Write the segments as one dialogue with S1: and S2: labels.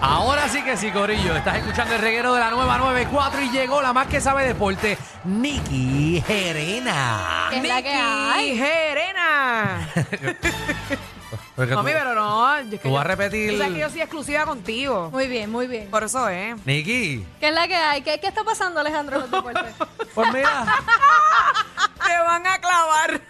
S1: Ahora sí que sí, Corillo. Estás escuchando el reguero de la nueva 94 y llegó la más que sabe deporte, Nikki Gerena.
S2: ¿Qué es la que hay?
S3: Gerena.
S1: Porque tú-
S3: Mami, pero no. yo es que
S1: tú vas a
S3: yo-
S1: repetir-
S3: tú sabes que yo soy exclusiva contigo.
S2: Muy bien, muy bien.
S3: Por eso es.
S1: Nikki,
S2: ¿Qué es la que hay? ¿Qué, qué está pasando, Alejandro, en los deportes?
S1: pues mira,
S3: Te van a clavar.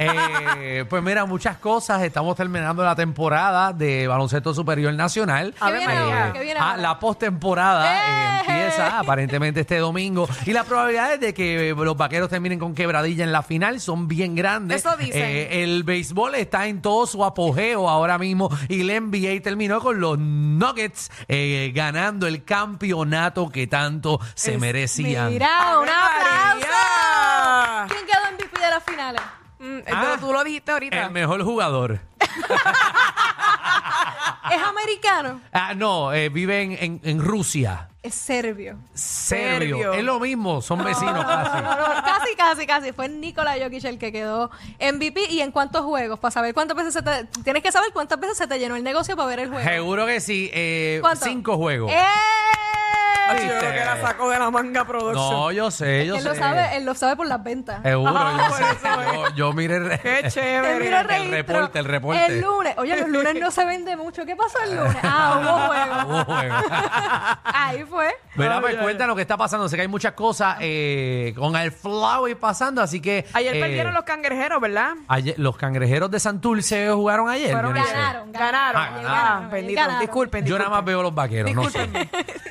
S1: eh, pues mira, muchas cosas. Estamos terminando la temporada de baloncesto superior nacional.
S2: ¿Qué viene
S3: María.
S2: ahora? ¿Qué viene
S1: Ah,
S2: ahora?
S1: la postemporada eh,
S2: ¡Eh!
S1: empieza aparentemente este domingo y las probabilidades de que eh, los vaqueros terminen con quebradilla en la final son bien grandes.
S3: Eso dicen.
S1: Eh, el béisbol está en todo su apogeo ahora mismo y la NBA terminó con los Nuggets eh, ganando el campeonato que tanto se merecían.
S2: Mira, un
S3: ¡Ave
S2: aplauso.
S3: María!
S2: ¿Quién quedó MVP de las finales?
S3: Mm, eh,
S1: Ah.
S3: pero tú lo dijiste ahorita. Ah,
S1: El mejor jugador.
S2: ¿Es americano?
S1: Ah, no, eh, vive en, en- en Rusia.
S2: Es serbio.
S1: Serbio.
S3: Serbio.
S1: Es lo mismo, son vecinos casi.
S2: No, no, casi, casi, casi. Fue Nikola Jokic el que quedó MVP. ¿Y en cuántos juegos? Para saber cuántas veces se te... Tienes que saber cuántas veces se te llenó el negocio para ver el juego.
S1: Seguro que sí. eh,
S2: ¿Cuánto?
S1: cinco juegos.
S3: Ah,
S2: ¡Eh!
S3: yo creo que la saco de la manga production.
S1: No, yo sé, yo
S2: Él
S1: sé.
S2: lo, sabe, él lo sabe por las ventas.
S1: Seguro,
S3: Ah,
S1: yo
S3: por
S1: sé.
S3: eso
S1: Yo, yo miré el re-
S3: Qué
S2: Te miro
S3: chévere.
S2: el registro.
S1: reporte, el reporte.
S2: El lunes. Oye, los lunes no se vende mucho. ¿Qué pasó el lunes? Ah, hubo
S1: Hubo
S2: juego.
S1: juego.
S2: Ahí fue.
S1: Mira, pues
S3: ay, ay.
S1: cuéntanos qué está pasando. Sé que hay muchas cosas eh, con el Flowey pasando, así que.
S3: Ayer
S1: eh,
S3: perdieron los cangrejeros, ¿verdad?
S1: ayer- los cangrejeros de Santurce jugaron ayer.
S3: Fueron-
S1: yo, no sé.
S2: Ganaron,
S3: Ganaron.
S1: Ah,
S2: ganaron.
S3: Ah,
S2: ganaron,
S3: bendito.
S2: ganaron.
S3: Disculpen,
S1: Yo nada más veo los vaqueros, no sé.
S3: Disculpen.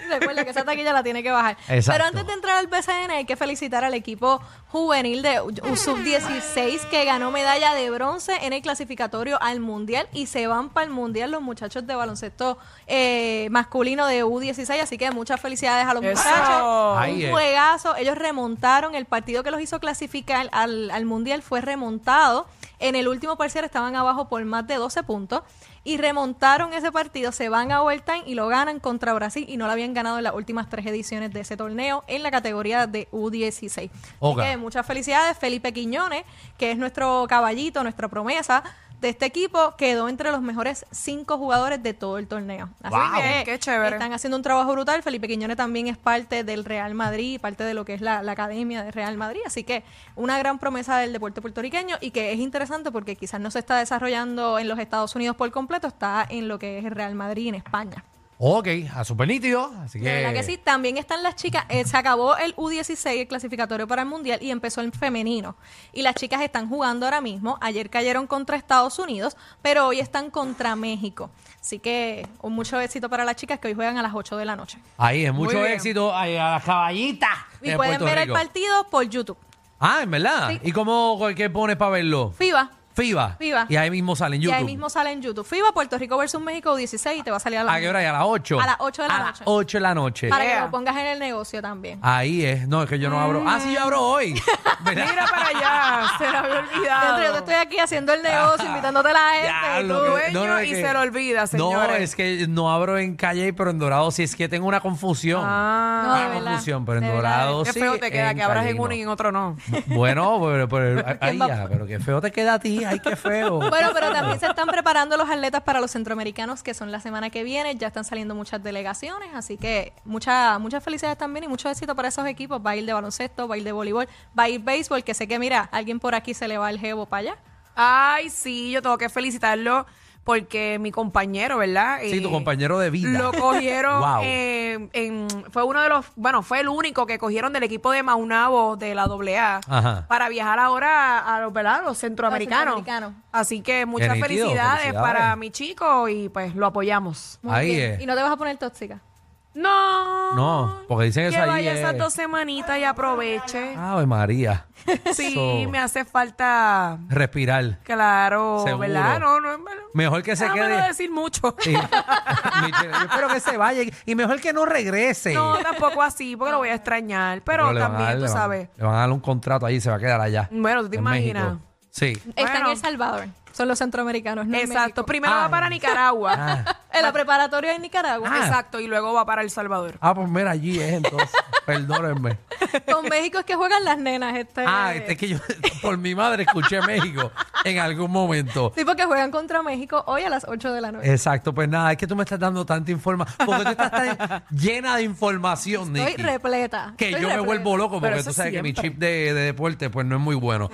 S2: Recuerda que esa taquilla la tiene que bajar.
S1: Exacto.
S2: Pero antes de entrar al BCN hay que felicitar al equipo juvenil de U- Sub-16 que ganó medalla de bronce en el clasificatorio al Mundial y se van para el Mundial los muchachos de baloncesto eh, masculino de U16. Así que muchas felicidades a los
S3: Eso.
S2: muchachos.
S1: Ahí es.
S2: Un juegazo. Ellos remontaron. El partido que los hizo clasificar al, al Mundial fue remontado. En el último parcial estaban abajo por más de 12 puntos y remontaron ese partido, se van a overtime y lo ganan contra Brasil y no lo habían ganado en las últimas tres ediciones de ese torneo en la categoría de U16.
S1: Oga.
S2: Así que muchas felicidades. Felipe Quiñones, que es nuestro caballito, nuestra promesa de este equipo, quedó entre los mejores cinco jugadores de todo el torneo. Así
S1: Wow.
S2: que
S3: Qué chévere.
S2: están haciendo un trabajo brutal. Felipe Quiñones también es parte del Real Madrid, parte de lo que es la, la academia de Real Madrid. Así que una gran promesa del deporte puertorriqueño y que es interesante porque quizás no se está desarrollando en los Estados Unidos por completo, está en lo que es el Real Madrid en España.
S1: Ok, a super nítido. Así
S2: La
S1: que.
S2: verdad que sí, también están las chicas. Eh, se acabó el U16, el clasificatorio para el Mundial, y empezó el femenino. Y las chicas están jugando ahora mismo. Ayer cayeron contra Estados Unidos, pero hoy están contra México. Así que un mucho éxito para las chicas que hoy juegan a las 8 de la noche.
S1: Ahí es mucho
S3: Muy bien.
S1: éxito ahí a las caballitas.
S2: Y
S1: de
S2: pueden
S1: Eh, Puerto
S2: ver el
S1: Rico.
S2: partido por YouTube.
S1: Ah, en verdad.
S2: Sí.
S1: ¿Y cómo qué pones para verlo?
S2: FIBA.
S1: FIBA.
S2: FIBA.
S1: Y ahí mismo sale en
S2: Y
S1: YouTube.
S2: ahí mismo sale en YouTube. FIBA, Puerto Rico versus México 16 y te va a salir a la
S1: ¿A qué hora? ¿A las 8?
S2: A las ocho de la
S1: a
S2: noche.
S1: las 8 de la noche.
S2: Para que
S3: Yeah.
S2: lo pongas en el negocio también.
S1: Ahí es. No, es que yo no abro. Ah, sí, yo
S2: Mm.
S1: abro hoy. ¿Verdad?
S3: Mira para allá. Se la había olvidado.
S2: Dentro, yo te estoy aquí haciendo el negocio, invitándote a la gente. y
S1: Diablo,
S2: tú- eh.
S1: que-
S3: dueño
S1: es
S3: y se lo olvida,
S1: No,
S3: señores.
S1: es que no abro en calle, pero en Dorado sí. Es que tengo una confusión.
S2: No,
S3: Ah.
S2: de
S1: una
S2: verdad,
S1: confusión, pero en
S2: de verdad.
S1: Dorado
S3: Qué
S1: sí.
S3: feo te queda que abras en uno y en otro no.
S1: Bueno, pero, pero, ay,
S2: va a-
S1: ya, pero qué feo te queda a ti. Ay, qué feo.
S2: Bueno, pero también se están preparando los atletas para los centroamericanos, que son la semana que viene. Ya están saliendo muchas delegaciones, así que mucha, muchas felicidades también y mucho éxito para esos equipos. Va a ir de baloncesto, va a ir de voleibol, va a ir béisbol, que sé que, mira, alguien por aquí se le va el jebo para allá.
S3: Ay, sí, yo tengo que felicitarlo porque mi compañero, ¿verdad?
S1: Sí,
S3: Eh,
S1: tu compañero de vida.
S3: Lo cogieron.
S1: Wow.
S3: eh, en- fue uno de los. Bueno, fue el único que cogieron del equipo de Maunabo de la AA
S1: Ajá.
S3: para viajar ahora a, a los, ¿verdad? a los centroamericanos.
S2: Los centroamericanos.
S3: Así que muchas
S1: nítido,
S3: felicidades,
S1: felicidades.
S3: para mi chico y pues lo apoyamos.
S2: Muy
S1: Ahí
S2: bien.
S1: es.
S2: Y no te vas a poner tóxica.
S3: No.
S1: No, porque dicen
S3: Que
S1: eso ahí
S3: vaya
S1: es-
S3: esas dos semanitas y aproveche.
S1: Ave María.
S3: Sí,
S1: Ah, Eso,
S3: me hace falta.
S1: Respirar.
S3: Claro,
S1: Seguro.
S3: ¿verdad? No, no, bueno,
S1: Mejor que se
S3: déjame
S1: quede.
S3: no decir mucho.
S1: Sí. Michelle, yo espero que se vaya y- y mejor que no regrese.
S3: No, tampoco así, porque lo voy a extrañar. Pero,
S1: le van a
S3: también,
S1: dar-
S3: tú
S1: le van-
S3: sabes.
S1: Le van a dar un contrato ahí y se va a quedar allá.
S3: Bueno, ¿tú te
S1: en
S3: imaginas?
S1: México. Sí.
S2: Está en
S3: Bueno.
S2: El Salvador. Son los centroamericanos. no en
S3: Exacto.
S2: México.
S3: Primero
S1: Ah.
S3: va para Nicaragua.
S1: Ah.
S2: En la preparatoria de Nicaragua.
S1: Ah.
S3: Exacto. Y luego va para El Salvador.
S1: Ah, pues mira, allí es entonces. Perdónenme.
S2: Con México es que juegan las nenas. Este,
S1: Ah, es que yo por mi madre escuché México en algún momento.
S2: Sí, porque juegan contra México hoy a las 8 de la noche.
S1: Exacto, pues nada, es que tú me estás dando tanta información. Porque tú estás tan llena de información,
S2: Estoy
S1: Nikki,
S2: repleta.
S1: Que
S2: estoy
S1: yo me
S2: repleta.
S1: vuelvo loco
S3: Pero
S1: porque
S3: eso
S1: tú sabes que mi
S3: siempre. Mm.
S1: chip de, de deporte pues no es muy bueno.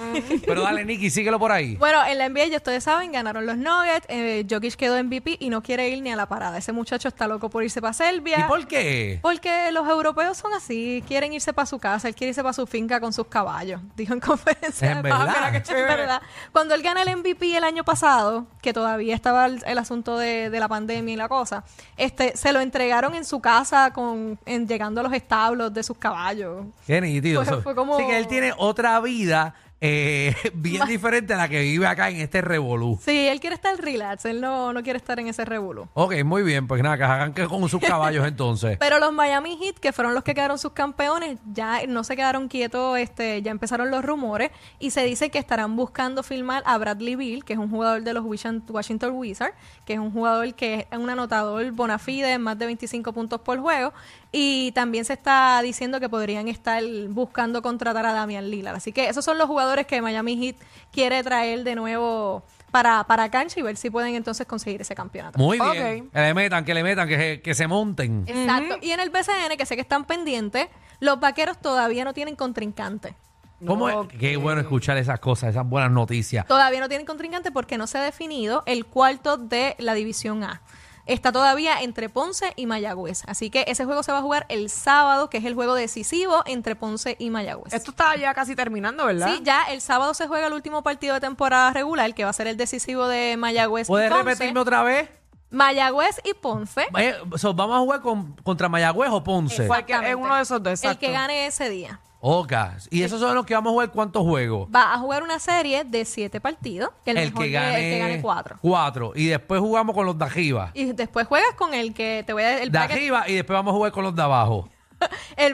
S1: Pero dale, Nicky, síguelo por ahí.
S2: Bueno, en la NBA, ya ustedes saben, ganaron los Nuggets. Eh, Jokic quedó MVP y no quiere ir ni a la parada. Ese muchacho está loco por irse para Serbia.
S1: ¿Y por qué?
S2: Porque los europeos son así, quieren irse para su casa, él quiere irse para su finca con sus caballos, dijo en conferencia.
S1: Es
S2: de
S1: verdad.
S2: prensa.
S1: Mira qué
S2: Es verdad. Cuando él gana el MVP el año pasado, que todavía estaba el, el asunto de, de la pandemia y la cosa, este, se lo entregaron en su casa con, en- llegando a los establos de sus caballos.
S1: Qué nítido.
S2: Fue-
S1: eso.
S2: fue como-
S1: Así que él tiene otra vida eh, bien diferente a la que vive acá en este revolú.
S2: Sí, él quiere estar relax, él no, no quiere estar en ese revuelo.
S1: Ok, muy bien, pues nada, que hagan que con sus caballos entonces.
S2: Pero los Miami Heat, que fueron los que quedaron sus campeones, ya no se quedaron quietos, este, ya empezaron los rumores y se dice que estarán buscando filmar a Bradley Bill, que es un jugador de los Wishan- Washington Wizards, que es un jugador que es un anotador bona fide, de más de 25 puntos por juego, y también se está diciendo que podrían estar buscando contratar a Damian Lillard. Así que esos son los jugadores que Miami Heat quiere traer de nuevo para, para cancha y ver si pueden entonces conseguir ese campeonato.
S1: Muy bien.
S3: Ok.
S1: Que le metan, que le metan, que, se- que se monten.
S2: Exacto. Y en el BCN, que sé que están pendientes, los vaqueros todavía no tienen contrincante.
S1: ¿Cómo es? Qué bueno escuchar esas cosas, esas buenas noticias.
S2: Todavía no tienen contrincante porque no se ha definido el cuarto de la División A. Está todavía entre Ponce y Mayagüez. Así que ese juego se va a jugar el sábado, que es el juego decisivo entre Ponce y Mayagüez.
S3: Esto está ya casi terminando, ¿verdad?
S2: Sí, ya el sábado se juega el último partido de temporada regular, que va a ser el decisivo de Mayagüez. y
S1: ¿Puedes
S2: Ponce.
S1: repetirme otra vez?
S2: Mayagüez y Ponce.
S1: Eh, so, vamos a jugar con- contra Mayagüez o Ponce.
S3: Cualquier- es uno de esos dos,
S2: El
S3: exacto.
S2: que gane ese día.
S1: Ok. Y esos son los que vamos a jugar cuántos juegos.
S2: va a jugar una serie de siete partidos. que el, mejor de- el que gane cuatro.
S1: Cuatro. Y después jugamos con los de arriba.
S2: Y después juegas con el que te voy a el
S1: de
S2: bracket,
S1: arriba y después vamos a jugar con los de abajo.
S2: el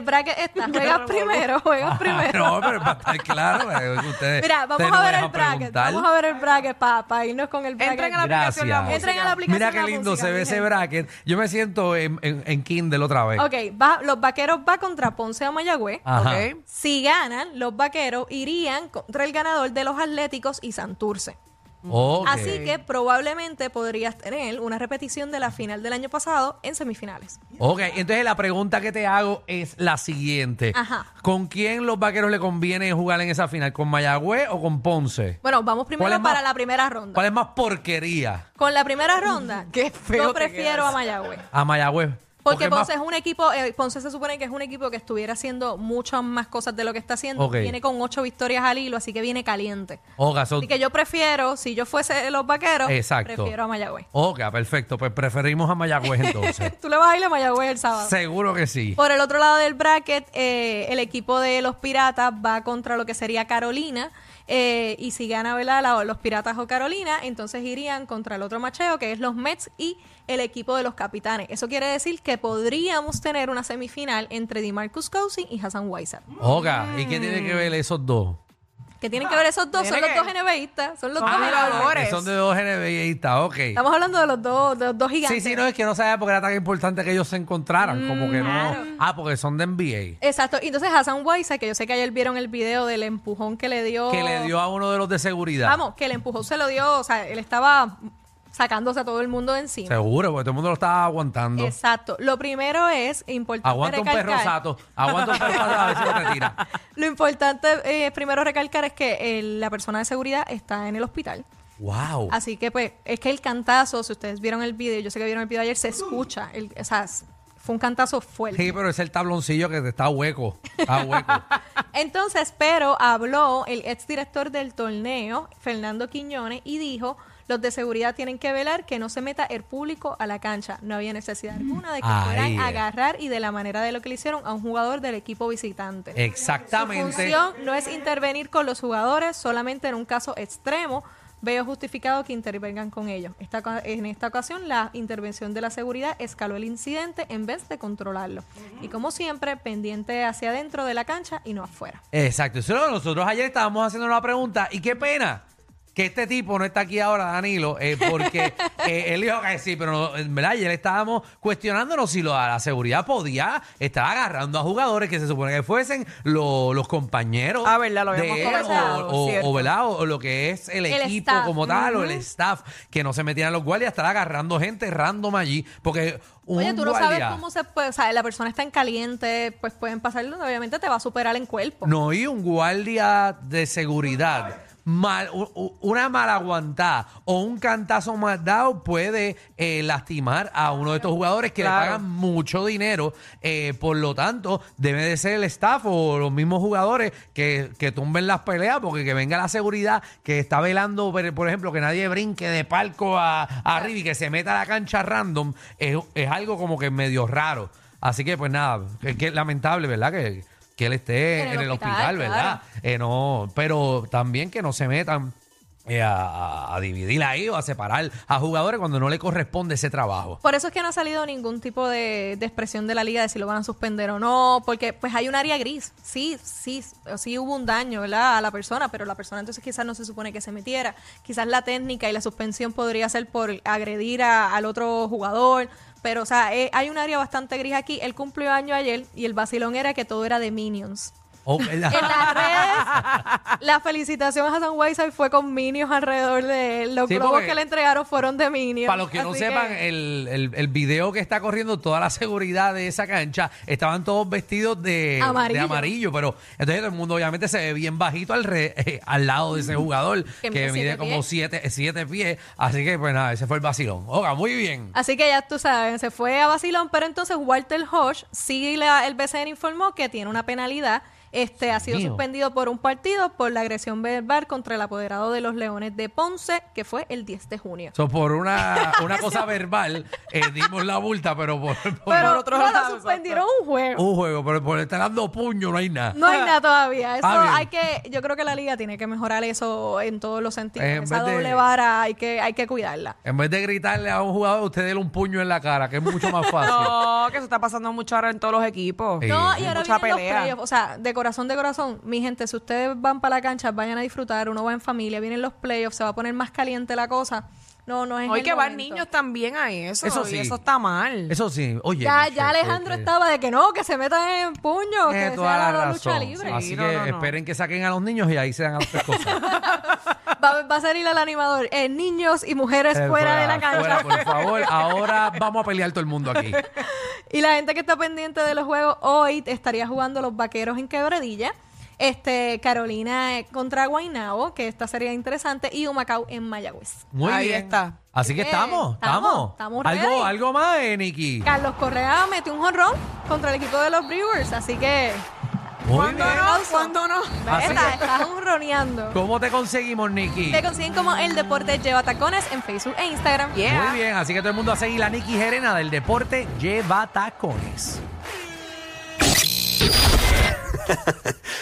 S2: bracket está. Juegas primero, juegas primero.
S1: Ah, no, pero para estar claro, eh, ustedes.
S2: Mira, vamos
S1: ustedes no
S2: a
S1: me
S2: ver el
S1: dejan
S2: bracket.
S1: preguntar.
S2: Vamos a ver el bracket para irnos con el bracket.
S3: Entren a la aplicación la
S1: Gracias.
S3: música.
S2: Entren a la aplicación.
S1: Mira qué
S2: la
S1: lindo
S2: música,
S1: se ve
S2: mi
S1: ese
S2: gente.
S1: bracket. Yo me siento en, en- en Kindle otra vez.
S2: Ok, va, los vaqueros va contra Ponce o Mayagüez.
S1: Ajá.
S3: Ok.
S2: Si ganan, los vaqueros irían contra el ganador de los Atléticos y Santurce.
S1: Ok.
S2: Así que probablemente podrías tener una repetición de la final del año pasado en semifinales.
S1: Ok, entonces la pregunta que te hago es la siguiente.
S2: Ajá.
S1: ¿Con quién los vaqueros le conviene jugar en esa final? ¿Con Mayagüez o con Ponce?
S2: Bueno, vamos
S1: ¿Cuál
S2: primero
S1: es
S2: para
S1: más-
S2: la primera ronda.
S1: ¿Cuál es más porquería?
S2: Con la primera ronda,
S3: Qué feo
S2: yo
S3: te
S2: prefiero
S3: quedas.
S2: a Mayagüez.
S1: A Mayagüez.
S2: Porque
S1: es más-
S2: Ponce es un equipo, eh, Ponce se supone que es un equipo que estuviera haciendo muchas más cosas de lo que está haciendo.
S1: Ok.
S2: Viene con ocho victorias al hilo, así que viene caliente.
S1: Oga, son-
S2: Así que yo prefiero, si yo fuese los vaqueros,
S1: Exacto.
S2: prefiero a Mayagüez.
S1: Oga, perfecto. Pues preferimos a Mayagüez entonces.
S2: Tú le vas a ir a Mayagüez el sábado.
S1: Seguro que sí.
S2: Por el otro lado del bracket, eh, el equipo de los Piratas va contra lo que sería Carolina. eh, y si gana ¿verdad? la- los Piratas o Carolina, entonces irían contra el otro macheo, que es los Mets y el equipo de los Capitanes. Eso quiere decir que podríamos tener una semifinal entre DeMarcus Cousy y Hassan Weiser.
S1: Oga, ¿y qué tiene que ver esos dos?
S2: Que tienen que ver esos dos, son
S3: tiene
S2: los
S3: que-
S2: dos NBAistas, son los
S1: Ah,
S3: Son
S2: dos
S3: jugadores.
S2: jugadores.
S1: Que son de dos NBAistas, ok.
S2: Estamos hablando de los dos, de los dos
S1: Sí,
S2: gigantes.
S1: sí, no, es que no sabía porque era tan importante que ellos se encontraran. como que no.
S2: claro.
S1: Ah, porque son de NBA.
S2: Exacto. Y Entonces Hassan Weiser, que yo sé que ayer vieron el video del empujón que le dio
S1: Que le dio a uno de los de seguridad.
S2: Vamos, que el empujón se lo dio, o sea, él estaba sacándose a todo el mundo de encima.
S1: Seguro, porque todo el mundo lo estaba aguantando.
S2: Exacto. Lo primero es importante
S1: Aguanta un perro
S2: recalcar-
S1: sato. Aguanta un perro sato a ver si lo retira.
S2: Lo importante eh, primero recalcar es que el- la persona de seguridad está en el hospital.
S1: ¡Wow!
S2: Así que pues es que el cantazo, si ustedes vieron el video, yo sé que vieron el video ayer, se escucha, el- o sea, s- fue un cantazo fuerte.
S1: Sí, pero es el tabloncillo que está hueco. Está hueco.
S2: Entonces, pero habló el exdirector del torneo, Fernando Quiñones, y dijo, los de seguridad tienen que velar que no se meta el público a la cancha. No había necesidad alguna de que
S1: Ahí
S2: fueran
S1: es.
S2: a agarrar y de la manera de lo que le hicieron a un jugador del equipo visitante.
S1: Exactamente.
S2: función no es intervenir con los jugadores, solamente en un caso extremo veo justificado que intervengan con ellos. Esta, co- en esta ocasión, la intervención de la seguridad escaló el incidente en vez de controlarlo. Y como siempre, pendiente hacia adentro de la cancha y no afuera.
S1: Exacto. Eso es lo que nosotros ayer estábamos haciendo una pregunta. Y qué pena que este tipo no está aquí ahora, Danilo, eh, porque eh, él dijo que sí, pero no, en verdad ayer estábamos cuestionándonos si lo- la seguridad podía estar agarrando a jugadores que se supone que fuesen lo- los compañeros.
S3: Ah, verdad, lo
S1: de
S3: habíamos
S1: él,
S3: conversado,
S1: O, o-
S3: cierto.
S1: o, ¿verdad? O- o lo que es el,
S2: El
S1: equipo
S2: staff,
S1: como tal, o el
S2: ujú.
S1: staff, que no se metían los guardias, estar agarrando gente random allí. Porque un
S2: Oye, tú no
S1: guardia...
S2: sabes cómo se puede, o sea, la persona está en caliente, pues pueden pasarlo, obviamente te va a superar en cuerpo.
S1: No, y un guardia de seguridad, mal, u- u- una mala aguantada o un cantazo mal dado puede eh, lastimar a uno de estos jugadores que le
S3: Claro.
S1: pagan mucho dinero. Eh, por lo tanto, debe de ser el staff o los mismos jugadores que, que tumben las peleas porque que venga la seguridad que está velando, por por ejemplo, que nadie brinque de palco a, a arriba y que se meta a la cancha random, es, es algo como que medio raro. Así que, pues nada, es que es lamentable, ¿verdad? Que, que él esté en, el hospital, ¿verdad? Eh, no, pero también que no se metan eh, a- a, a dividir ahí o a separar a jugadores cuando no le corresponde ese trabajo.
S2: Por eso es que no ha salido ningún tipo de, de expresión de la liga de si lo van a suspender o no, porque pues hay un área gris. Sí, sí, sí hubo un daño, ¿verdad? A la persona, pero la persona entonces quizás no se supone que se metiera. Quizás la técnica y la suspensión podría ser por agredir a- al otro jugador. Pero, o sea, eh, hay un área bastante gris aquí. Él cumplió año ayer y el vacilón era que todo era de Minions.
S1: O- eh,
S2: En las redes, la felicitación a San Weisay fue con Minions alrededor de él. Los
S1: Sí,
S2: globos
S1: porque-
S2: que le entregaron fueron de Minions.
S1: Para los que no
S2: Así
S1: sepan,
S2: que-
S1: el, el- el video que está corriendo toda la seguridad de esa cancha, estaban todos vestidos de de amarillo,
S2: Amarillo.
S1: pero entonces todo el mundo obviamente se ve bien bajito al, re- eh, al lado de ese jugador que, mide
S2: Que mide siete
S1: como
S2: pies.
S1: siete, siete pies, así que pues nada, ese fue el vacilón. Oiga, muy bien.
S2: Así que ya tú sabes, se fue a Basilón, pero entonces Walter Hodge, sí la- el BCN informó que tiene una penalidad. Este ha sido
S1: mío.
S2: suspendido por un partido por la agresión verbal contra el apoderado de los Leones de Ponce, que fue el 10 de junio.
S1: So, por una, una cosa verbal eh, dimos la bulta, pero por, por
S2: Pero
S3: por otro
S2: no,
S3: lado,
S2: lo suspendieron un juego.
S1: un juego, pero por estar dando puño no hay nada.
S2: No hay nada todavía. Eso
S1: Uh. Ah, bien.
S2: hay que, yo creo que la liga tiene que mejorar eso en todos los sentidos.
S1: Eh, En
S2: Esa
S1: vez de-
S2: doble vara hay que, hay que cuidarla.
S1: En vez de gritarle a un jugador, usted déle un puño en la cara, que es mucho más fácil.
S3: No, que eso está pasando mucho ahora en todos los equipos.
S1: Sí.
S2: No,
S3: Sí,
S2: y ahora
S3: mucha
S2: vienen los
S3: pelea.
S2: playoffs. O sea, de corazón, de corazón, mi gente, si ustedes van para la cancha, vayan a disfrutar, uno va en familia, vienen los playoffs, se va a poner más caliente la cosa. No, no es
S3: Hoy
S2: el
S3: que van
S2: momento.
S3: niños también a eso.
S1: Eso
S3: Eso
S1: sí.
S3: Y eso está mal.
S1: Eso sí, oye.
S2: Ya,
S1: Michelle,
S2: ya Alejandro
S1: que- que-
S2: estaba de que no, que se metan en puño,
S1: Tiene
S2: que
S1: toda
S2: sea
S1: la
S2: Eh, la lucha
S1: razón.
S2: libre.
S1: Así
S3: Sí,
S1: que
S3: no, no, no.
S1: esperen que saquen a los niños y ahí se dan a otras cosas.
S2: Va, va a salir el animador, eh, niños y mujeres
S1: Eh,
S2: fuera, de la cancha.
S1: fuera, por favor, ahora vamos a pelear todo el mundo aquí.
S2: Y la gente que está pendiente de los juegos hoy estaría jugando los vaqueros en Quebradilla. Este, Carolina eh, contra Guaynabo, que esta sería interesante, y Humacao en Mayagüez.
S1: Muy
S3: Ahí
S1: bien.
S3: está.
S1: Así que
S2: Eh,
S1: estamos, estamos.
S2: estamos, estamos ready.
S1: algo, algo más, eh, Nicky.
S2: Carlos Correa metió un jonrón contra el equipo de los Brewers, así que
S1: Muy
S3: ¿Cuándo
S1: bien.
S3: no? ¿Cuándo no?
S1: Así
S2: estás está jonroneando.
S1: ¿Cómo te conseguimos, Nicky?
S2: Te consiguen como El Deporte Lleva Tacones en Facebook e Instagram.
S3: Yeah.
S1: Muy bien, así que todo el mundo a seguir la Nicky Gerena del deporte lleva tacones.